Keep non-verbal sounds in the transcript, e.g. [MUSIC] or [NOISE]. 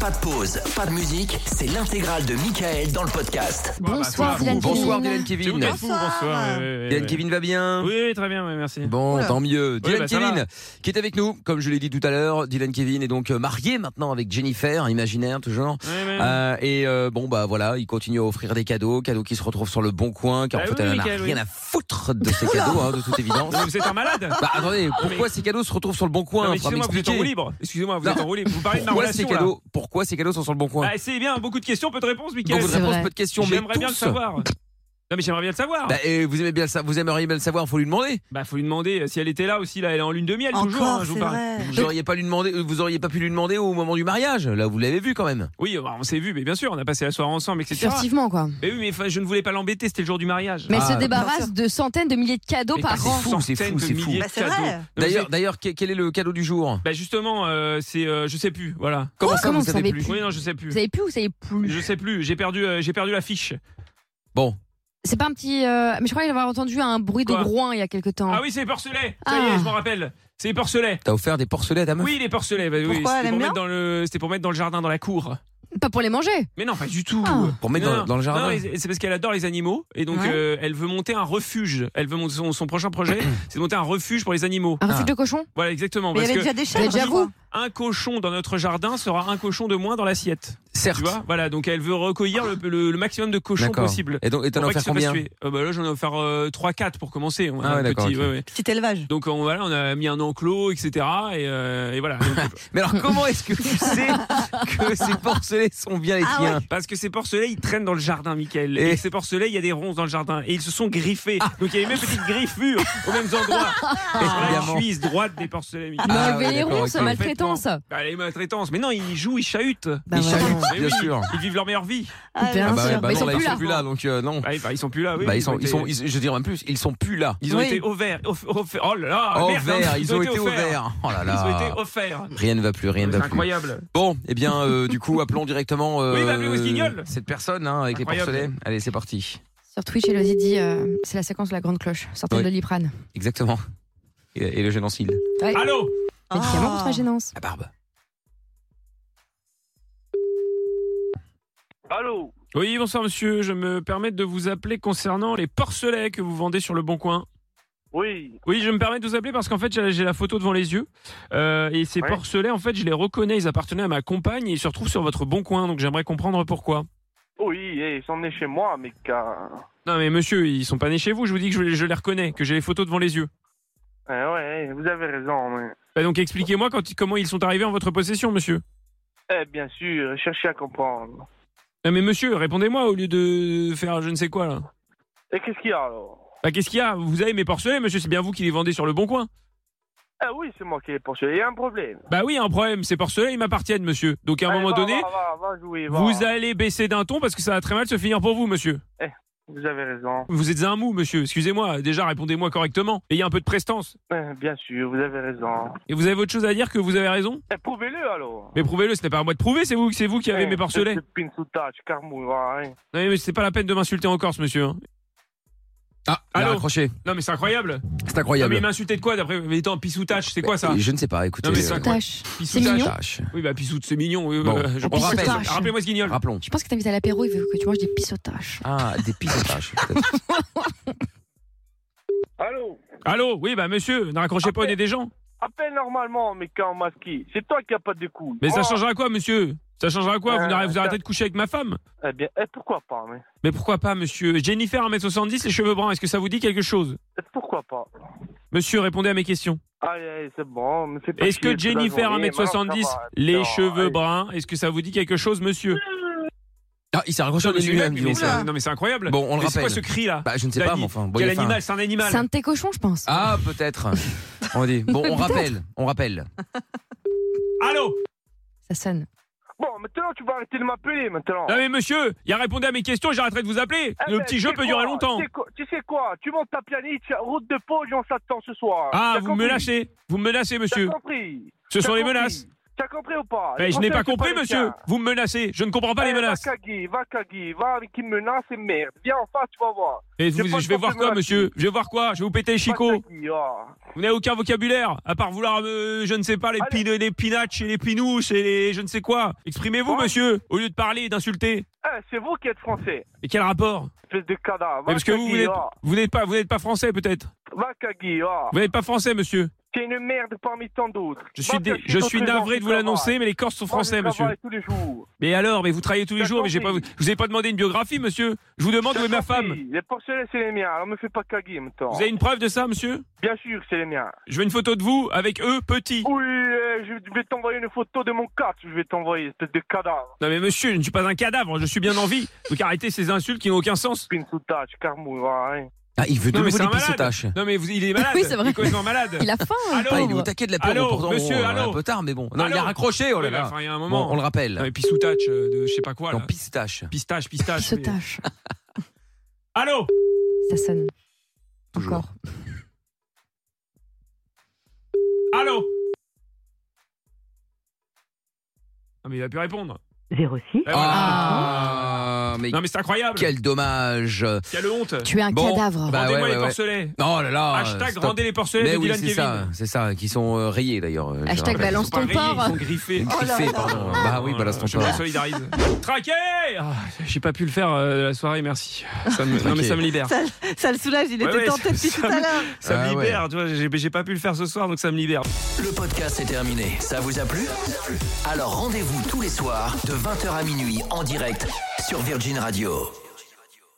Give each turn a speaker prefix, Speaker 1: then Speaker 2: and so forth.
Speaker 1: Pas de pause, pas de musique, c'est l'intégrale de Michael dans le podcast.
Speaker 2: Bonsoir,
Speaker 3: Dylan Kevin.
Speaker 4: Bonsoir Dylan
Speaker 2: C'est vous
Speaker 4: Kevin.
Speaker 2: d'être vous, bonsoir. ouais, ouais,
Speaker 4: Dylan
Speaker 2: ouais.
Speaker 4: euh, Kevin va bien
Speaker 2: Oui, oui, très bien, ouais, merci.
Speaker 4: Bon,
Speaker 3: Oula.
Speaker 4: tant mieux. Dylan
Speaker 2: bah, ça
Speaker 4: Kevin,
Speaker 2: va.
Speaker 4: qui est avec nous, comme je l'ai dit tout à l'heure, Dylan Kevin est donc euh, marié maintenant avec Jennifer, imaginaire toujours.
Speaker 2: Ouais, ouais.
Speaker 4: Euh, et euh, bon bah voilà, il continue à offrir des cadeaux, cadeaux qui se retrouvent sur le bon coin, car
Speaker 2: Ah
Speaker 4: en fait
Speaker 2: oui,
Speaker 4: elle en a
Speaker 2: Mickaël, oui.
Speaker 4: rien à foutre de ces cadeaux, hein, de toute
Speaker 2: [LAUGHS]
Speaker 4: évidence.
Speaker 2: Ah, Vous êtes
Speaker 4: [LAUGHS]
Speaker 2: un malade
Speaker 4: Bah attendez, pourquoi ces cadeaux se retrouvent sur le bon coin
Speaker 2: Non, Ah, mais
Speaker 4: Faudra
Speaker 2: Excusez-moi, vous êtes en
Speaker 4: m'expliquer.
Speaker 2: roue libre. Excusez-moi, vous
Speaker 4: Non.
Speaker 2: êtes en roue libre. Vous parlez de ma
Speaker 4: Pourquoi ces
Speaker 2: relation. là.
Speaker 4: cadeaux Pourquoi ces cadeaux sont sur le bon coin
Speaker 2: Ah, c'est bien, beaucoup de questions, peu de réponses, Mickaël.
Speaker 4: Beaucoup de
Speaker 3: C'est
Speaker 4: réponses,
Speaker 3: vrai.
Speaker 4: peu de questions, mais
Speaker 2: J'aimerais bien le
Speaker 4: tous-
Speaker 2: savoir. Non, mais j'aimerais bien le savoir.
Speaker 4: Bah, et vous aimez bien le sa- vous aimeriez bien le savoir, faut lui demander.
Speaker 2: Bah, faut lui demander euh, si elle était là aussi. Là, elle est en lune de miel toujours.
Speaker 3: Encore,
Speaker 2: hein, je vous
Speaker 3: c'est
Speaker 2: parle.
Speaker 3: vrai.
Speaker 4: Vous auriez pas lui demander, euh, vous auriez pas pu lui demander au moment du mariage. Là, vous l'avez vu quand même.
Speaker 2: Oui, bah, on s'est vu, mais bien sûr, on a passé la soirée ensemble, etc.
Speaker 3: Furtivement, quoi.
Speaker 2: Mais oui, mais enfin, je ne voulais pas l'embêter. C'était le jour du mariage.
Speaker 4: Ah,
Speaker 3: Mais elle se
Speaker 4: bien
Speaker 3: débarrasse de centaines de milliers de cadeaux
Speaker 2: Mais
Speaker 3: par
Speaker 2: par
Speaker 3: an.
Speaker 4: fou, c'est
Speaker 2: centaines
Speaker 4: fou,
Speaker 2: de
Speaker 4: c'est fou.
Speaker 2: milliers
Speaker 5: Bah,
Speaker 2: de
Speaker 5: c'est
Speaker 2: cadeaux.
Speaker 5: vrai.
Speaker 2: Non, mais
Speaker 4: D'ailleurs,
Speaker 2: c'est-
Speaker 4: d'ailleurs, que- quel est le cadeau du jour
Speaker 2: bah justement, euh, c'est, euh, je sais plus. Voilà.
Speaker 4: Comment
Speaker 3: Comment
Speaker 4: vous
Speaker 3: vous
Speaker 4: savez
Speaker 3: savez
Speaker 4: plus
Speaker 2: Oui, non, je sais
Speaker 3: Vous
Speaker 2: plus.
Speaker 3: savez plus ou vous savez plus
Speaker 2: Je sais plus. J'ai perdu, euh, j'ai perdu la fiche.
Speaker 4: Bon,
Speaker 3: C'est pas un petit. euh, Mais je crois avoir entendu un bruit de
Speaker 2: Quoi
Speaker 3: groin il y a quelque temps.
Speaker 2: Ah oui, c'est Porcelet. Ça y
Speaker 3: Ah.
Speaker 2: est, je m'en rappelle. C'est Porcelet.
Speaker 4: t'as offert des porcelets à ta meuf
Speaker 2: Oui, les porcelets. bah oui,
Speaker 5: Pourquoi, elle
Speaker 2: c'était
Speaker 5: aime
Speaker 2: pour
Speaker 5: bien
Speaker 2: mettre dans le, c'était pour mettre dans le jardin, dans la cour.
Speaker 3: Pas pour les manger.
Speaker 2: Mais non, pas du tout.
Speaker 3: Ah.
Speaker 4: pour mettre
Speaker 2: Non,
Speaker 4: dans,
Speaker 2: non,
Speaker 4: dans le jardin.
Speaker 2: non, mais c'est c'est parce qu'elle adore les animaux et donc
Speaker 3: Ouais.
Speaker 2: euh, elle veut monter un refuge. Elle veut monter son, son
Speaker 4: [COUGHS]
Speaker 2: prochain projet, c'est de monter un refuge pour les animaux.
Speaker 3: Un
Speaker 4: Ah.
Speaker 3: refuge de cochon
Speaker 2: Voilà, exactement.
Speaker 5: Mais il y
Speaker 2: parce
Speaker 5: avait
Speaker 2: que
Speaker 5: déjà des
Speaker 3: Mais
Speaker 5: chèvres. je
Speaker 3: j'avoue.
Speaker 5: crois.
Speaker 2: un cochon dans notre jardin sera un cochon de moins dans l'assiette.
Speaker 4: Certes.
Speaker 2: Tu vois Voilà, donc elle veut recueillir le, le- le maximum de cochons
Speaker 4: D'accord.
Speaker 2: possible.
Speaker 4: Et donc, et t'en as
Speaker 2: Pour pas
Speaker 4: offert
Speaker 2: qu'ils se fassent
Speaker 4: combien
Speaker 2: tuer. Euh, bah là, j'en ai offert 3-4 pour commencer. On a
Speaker 4: Ah
Speaker 2: un
Speaker 4: ouais, d'accord,
Speaker 2: petit-
Speaker 4: ok.
Speaker 2: ouais, ouais.
Speaker 5: Petit élevage.
Speaker 2: Donc on, voilà, on a mis un enclos, etc. Et, euh, et voilà. Donc,
Speaker 4: [LAUGHS] Mais alors, comment est-ce que tu
Speaker 2: [LAUGHS]
Speaker 4: sais que ces porcelets sont bien les
Speaker 5: Ah
Speaker 4: tiens
Speaker 2: Parce que ces porcelets, ils traînent dans le jardin, Michael.
Speaker 4: Et- Ah.
Speaker 2: Et, ces porcelets, il y a des ronces dans le jardin. Et ils se sont griffés. Donc il y a les mêmes petites griffures aux mêmes endroits.
Speaker 3: Ah,
Speaker 2: Et sur la
Speaker 4: Évidemment.
Speaker 2: cuisse droite des porcelets, Michael.
Speaker 4: Ah
Speaker 3: Mais
Speaker 4: ouais,
Speaker 3: les
Speaker 4: d'accord,
Speaker 3: ronces,
Speaker 4: ok.
Speaker 3: maltraitance.
Speaker 2: Bah, les maltraitances. Mais non, ils jouent, ils chahutent.
Speaker 3: Bah,
Speaker 4: Ils
Speaker 3: ouais.
Speaker 4: chahutent,
Speaker 2: Mais
Speaker 4: bien
Speaker 2: oui,
Speaker 4: sûr.
Speaker 2: Ils vivent leur meilleure vie.
Speaker 5: Ah,
Speaker 3: Bien
Speaker 4: Ah bah,
Speaker 3: sûr.
Speaker 4: ouais, bah
Speaker 3: Mais ils
Speaker 4: non,
Speaker 3: sont
Speaker 4: là,
Speaker 3: plus
Speaker 4: ils sont
Speaker 3: là.
Speaker 4: plus là, donc euh, non.
Speaker 2: Bah, ils- bah, ils sont plus là, oui.
Speaker 4: Bah, ils sont,
Speaker 2: ont
Speaker 4: ils sont,
Speaker 2: été-
Speaker 4: ils- je dirais même plus, ils sont plus là.
Speaker 2: ils ont
Speaker 5: Oui.
Speaker 2: été ouverts. off- off- oh là là,
Speaker 4: Au
Speaker 2: merde,
Speaker 4: vert,
Speaker 2: hein,
Speaker 4: ils ont été au vert. Oh là
Speaker 2: Ils ont été
Speaker 4: là.
Speaker 2: offerts.
Speaker 4: Rien ne va plus, rien ne
Speaker 2: C'est
Speaker 4: va plus.
Speaker 2: incroyable.
Speaker 4: Bon, eh bien, euh, du
Speaker 2: [LAUGHS]
Speaker 4: coup, appelons directement euh,
Speaker 2: Oui, bah, appelez Westguignol.
Speaker 4: cette personne hein, avec
Speaker 2: Incroyable.
Speaker 4: les porcelets. Allez, c'est parti.
Speaker 3: Sur Twitch, Elodie dit euh, c'est la séquence de la grande cloche. Sortez
Speaker 4: Oui.
Speaker 3: de Liprane.
Speaker 4: Exactement. Et, et le jeune en cils.
Speaker 3: Ouais.
Speaker 2: Allô
Speaker 3: Médicament
Speaker 5: Ah.
Speaker 3: contre la gênance.
Speaker 4: La barbe.
Speaker 6: Allô
Speaker 2: Oui, bonsoir monsieur. Je me permets de vous appeler concernant les porcelets que vous vendez sur le Bon Coin.
Speaker 6: Oui,
Speaker 2: Oui, je me permets de vous appeler parce qu'en fait, j'ai j'ai la photo devant les yeux. Euh, et ces
Speaker 6: Ouais.
Speaker 2: porcelets, en fait, je les reconnais. Ils appartenaient à ma compagne et ils se retrouvent sur votre bon coin. Donc, j'aimerais comprendre pourquoi.
Speaker 6: oui, eh, ils sont venus chez moi, mec. hein.
Speaker 2: Non, mais monsieur, ils sont pas nés chez vous. Je vous dis que je, je les reconnais, que j'ai les photos devant les yeux.
Speaker 6: Eh ouais, eh, vous avez raison. Mais...
Speaker 2: Bah, donc, expliquez-moi quand- comment ils sont arrivés en votre possession, monsieur.
Speaker 6: Eh bien sûr, cherchez à comprendre.
Speaker 2: Non, mais monsieur, répondez-moi au lieu de faire je ne sais quoi là.
Speaker 6: Et qu'est-ce qu'il y a alors
Speaker 2: Bah, qu'est-ce qu'il y a Vous avez mes porcelets, monsieur. C'est bien vous qui les vendez sur le bon coin.
Speaker 6: Eh oui, c'est moi qui ai poursuivi. Il y a un problème.
Speaker 2: Bah oui, un problème. Ces porcelets, ils m'appartiennent, monsieur. Donc, à un
Speaker 6: Allez,
Speaker 2: moment
Speaker 6: va,
Speaker 2: donné,
Speaker 6: va, va, va jouer, va.
Speaker 2: vous allez baisser d'un ton parce que ça va très mal se finir pour vous, monsieur.
Speaker 6: Vous avez raison.
Speaker 2: Vous êtes un mou, monsieur. Excusez-moi. Déjà, répondez-moi correctement. Ayez un peu de prestance.
Speaker 6: Eh, bien sûr, vous avez raison.
Speaker 2: Et vous avez autre chose à dire que vous avez raison
Speaker 6: Eh, prouvez-le alors.
Speaker 2: Mais prouvez-le, ce n'est pas à moi de prouver, c'est vous, c'est vous qui avez
Speaker 6: Eh,
Speaker 2: mes porcelets.
Speaker 6: [LAUGHS] c'est- c'est Pin sous tâche, carmouille, va, hein.
Speaker 2: Non, mais c'est pas la peine de m'insulter en Corse, monsieur. hein.
Speaker 4: Ah, il a
Speaker 2: Allô
Speaker 4: raccroché.
Speaker 2: Non, mais c'est incroyable.
Speaker 4: C'est
Speaker 2: Non, mais
Speaker 4: incroyable.
Speaker 2: m'insulter de quoi d'après Mais attends, pissoutache, c'est quoi ça
Speaker 4: Je ne sais pas, écoutez.
Speaker 2: Non, mais c'est
Speaker 4: euh,
Speaker 2: incroyable.
Speaker 3: Tâche.
Speaker 2: Pissoutache.
Speaker 3: mignon.
Speaker 4: tâche.
Speaker 2: Oui, bah pissoute, c'est mignon. oui,
Speaker 4: Bon. Ah.
Speaker 2: euh, je
Speaker 4: On
Speaker 2: comprends.
Speaker 4: rappelle.
Speaker 2: Rappelez-moi ce guignol.
Speaker 4: Rappelons.
Speaker 3: Je pense que t'invites à l'apéro, il veut que tu manges des pissotaches.
Speaker 4: Ah, des pissotaches.
Speaker 2: [LAUGHS]
Speaker 4: peut-être.
Speaker 6: Allô
Speaker 2: Allô Oui, bah monsieur, ne raccrochez pas au nez des gens.
Speaker 6: Appelle normalement, mec, en masqué. C'est toi qui as pas de couilles.
Speaker 2: Mais ça
Speaker 6: Oh.
Speaker 2: changera quoi, monsieur Ça changera quoi Vous
Speaker 6: Euh,
Speaker 2: n'arrêtez- Vous
Speaker 6: ça-
Speaker 2: arrêtez de coucher avec ma femme
Speaker 6: Eh bien, eh, pourquoi pas, mais
Speaker 2: Mais pourquoi pas, monsieur Jennifer, 1m70, les cheveux bruns, est-ce que ça vous dit quelque chose
Speaker 6: Eh, Pourquoi pas
Speaker 2: Monsieur, répondez à mes questions.
Speaker 6: Allez, allez, c'est bon. mais c'est pas
Speaker 2: Est-ce que
Speaker 6: chier toute la
Speaker 2: Jennifer,
Speaker 6: journée,
Speaker 2: 1m70,
Speaker 6: maintenant, ça va,
Speaker 2: les
Speaker 6: putain,
Speaker 2: cheveux
Speaker 6: allez.
Speaker 2: bruns, est-ce que ça vous dit quelque chose, monsieur
Speaker 4: Ah, il s'est raccroché
Speaker 2: Non,
Speaker 4: au
Speaker 2: mais
Speaker 4: nez
Speaker 2: c'est
Speaker 4: lui-même,
Speaker 2: une blague,
Speaker 4: dis donc.
Speaker 2: mais c'est- Non, mais c'est incroyable.
Speaker 4: Bon, on le
Speaker 2: Mais C'est quoi ce
Speaker 4: rappelle.
Speaker 2: cri-là
Speaker 4: Bah, je ne sais
Speaker 2: Dani,
Speaker 4: pas, mais enfin. bon, il
Speaker 2: Quel
Speaker 4: a faim.
Speaker 2: animal C'est un animal.
Speaker 3: C'est un de tes cochons, je pense.
Speaker 4: Ah,
Speaker 2: [LAUGHS]
Speaker 4: peut-être. On dit. Bon, on rappelle. On rappelle.
Speaker 2: Allô
Speaker 3: Ça sonne.
Speaker 6: Bon, maintenant, tu vas arrêter de m'appeler, maintenant.
Speaker 2: Non, mais monsieur, il a répondu à mes questions, j'arrêterai de vous appeler.
Speaker 6: Eh
Speaker 2: Ah Le
Speaker 6: ben,
Speaker 2: petit
Speaker 6: tu
Speaker 2: jeu
Speaker 6: sais
Speaker 2: peut durer
Speaker 6: quoi
Speaker 2: longtemps.
Speaker 6: Tu sais quoi, tu sais quoi Tu montes ta pianiste, route de Pau, on s'attend ce soir.
Speaker 2: Ah,
Speaker 6: T'as
Speaker 2: vous me
Speaker 6: compris
Speaker 2: menacez. Vous me menacez,
Speaker 6: T'as
Speaker 2: monsieur.
Speaker 6: compris
Speaker 2: Ce
Speaker 6: T'as
Speaker 2: sont les
Speaker 6: compris
Speaker 2: menaces.
Speaker 6: T'as compris ou pas
Speaker 2: Eh,
Speaker 6: Les
Speaker 2: je n'ai
Speaker 6: Français,
Speaker 2: pas
Speaker 6: c'est
Speaker 2: compris,
Speaker 6: les
Speaker 2: monsieur.
Speaker 6: tiens.
Speaker 2: Vous me menacez. Je ne comprends pas les
Speaker 6: Eh,
Speaker 2: menaces.
Speaker 6: Va cagui, va cagui, va avec qui menace et merde. Viens en face, tu vas voir.
Speaker 2: Et
Speaker 6: j'ai
Speaker 2: vous-
Speaker 6: pas
Speaker 2: je vais
Speaker 6: compris
Speaker 2: voir quoi,
Speaker 6: menacer.
Speaker 2: monsieur Je vais voir quoi Je vais vous péter,
Speaker 6: Va
Speaker 2: Chico.
Speaker 6: cagui, oh.
Speaker 2: Vous n'avez aucun vocabulaire, à part vouloir, euh, je ne sais pas, les,
Speaker 6: Allez.
Speaker 2: pin- les pinatches et les pinouches et les je ne sais quoi. Exprimez-vous,
Speaker 6: Quoi
Speaker 2: monsieur, au lieu de parler et d'insulter.
Speaker 6: Eh, c'est vous qui êtes français.
Speaker 2: Et quel rapport
Speaker 6: Espèce de cadavre.
Speaker 2: Mais Parce que vous, vous n'êtes- vous n'êtes pas, vous n'êtes pas français, peut-être.
Speaker 6: oh. Va cagui, oh.
Speaker 2: Vous n'êtes pas français, monsieur.
Speaker 6: T'es une merde parmi tant d'autres.
Speaker 2: Je
Speaker 6: Va
Speaker 2: suis,
Speaker 6: te
Speaker 2: dé-
Speaker 6: chier
Speaker 2: je
Speaker 6: ton
Speaker 2: suis
Speaker 6: trésor,
Speaker 2: navré
Speaker 6: tu
Speaker 2: de vous l'annoncer, mais les Corses sont
Speaker 6: vas voir. Moi,
Speaker 2: français,
Speaker 6: je
Speaker 2: monsieur.
Speaker 6: travaille tous les jours.
Speaker 2: Mais alors, mais vous travaillez tous les
Speaker 6: T'as
Speaker 2: jours, mais j'ai pas, vous
Speaker 6: compris.
Speaker 2: je vous ai pas demandé une biographie, monsieur. Je vous demande où est ma
Speaker 6: T'as compris.
Speaker 2: femme.
Speaker 6: Les porcelets, c'est les miens. Alors me fais pas cagui, en même temps.
Speaker 2: Vous avez une preuve de ça, monsieur
Speaker 6: Bien sûr, c'est les miens.
Speaker 2: Je veux une photo de vous avec eux, petit.
Speaker 6: Oui, euh, je vais t'envoyer une photo de mon cat. Je vais t'envoyer, espèce de cadavre.
Speaker 2: Non mais monsieur, je ne suis pas un cadavre, je suis bien en vie. Donc arrêtez ces insultes qui n'ont aucun sens.
Speaker 6: Pin sous tâche, carmou, voilà, hein.
Speaker 4: Ah, il veut de
Speaker 2: Non mais
Speaker 4: nouveau
Speaker 2: c'est
Speaker 4: des
Speaker 2: un malade.
Speaker 4: pisotaches.
Speaker 2: Non mais vous, il est malade.
Speaker 3: Oui, c'est vrai.
Speaker 2: Il est complètement malade.
Speaker 3: Il a faim. hein,
Speaker 2: Allô,
Speaker 4: Ah, il
Speaker 3: pauvre.
Speaker 4: est au taquet de l'apéro,
Speaker 2: Allô,
Speaker 4: pourtant,
Speaker 2: monsieur,
Speaker 4: on-
Speaker 2: allô.
Speaker 4: un peu tard, mais bon. Non, il
Speaker 2: Allô.
Speaker 4: a raccroché, oh là
Speaker 2: Oui, mais
Speaker 4: là.
Speaker 2: enfin, il y a un
Speaker 4: Bon,
Speaker 2: moment.
Speaker 4: on le rappelle.
Speaker 2: Non, et puis sous touch euh, de je sais pas quoi.
Speaker 4: Dans
Speaker 2: là.
Speaker 4: pistache.
Speaker 2: Pistache,
Speaker 4: Ah,
Speaker 2: pistache. oui.
Speaker 3: Pisotage.
Speaker 2: Allô
Speaker 3: Ça sonne.
Speaker 4: Toujours.
Speaker 3: Encore.
Speaker 2: Allô Non mais il a pu répondre.
Speaker 5: 06.
Speaker 2: Eh, voilà.
Speaker 4: Ah, mais
Speaker 2: Non mais c'est incroyable.
Speaker 4: quel dommage.
Speaker 2: Quelle honte.
Speaker 3: Tu es un
Speaker 4: Bon,
Speaker 3: cadavre.
Speaker 4: bah,
Speaker 2: Rendez-moi
Speaker 4: ouais,
Speaker 2: les
Speaker 4: ouais,
Speaker 2: porcelets.
Speaker 4: Oh là là.
Speaker 2: Hashtag
Speaker 4: stop.
Speaker 2: rendez les porcelets
Speaker 4: Mais
Speaker 2: de
Speaker 4: oui,
Speaker 2: Dylan
Speaker 4: c'est
Speaker 2: Kevin.
Speaker 4: ça, c'est ça, qui sont euh, rayés d'ailleurs. euh, je
Speaker 3: Hashtag
Speaker 4: rappelle.
Speaker 3: balance.
Speaker 2: Ils sont pas
Speaker 3: ton
Speaker 2: rayés,
Speaker 3: porc.
Speaker 2: Ils sont griffés.
Speaker 4: Griffés, pardon. Bah oui, balance ton
Speaker 2: oh Je
Speaker 4: porc.
Speaker 2: me solidarise. Traqué Ah, J'ai pas pu le faire euh, la soirée, merci. Ça me- non mais ça me libère.
Speaker 5: Ça, ça le soulage, il
Speaker 2: Ouais,
Speaker 5: était
Speaker 2: ouais,
Speaker 5: tenté
Speaker 2: [LAUGHS]
Speaker 5: depuis
Speaker 2: ça
Speaker 5: tout à
Speaker 2: me-
Speaker 5: l'heure.
Speaker 2: Ça me
Speaker 4: Ah ouais.
Speaker 2: libère, tu vois, j'ai- j'ai pas pu le faire ce soir, donc ça me libère.
Speaker 1: Le podcast est terminé. Ça vous a plu Alors rendez-vous tous les soirs de 20h à minuit en direct sur Virgin Radio.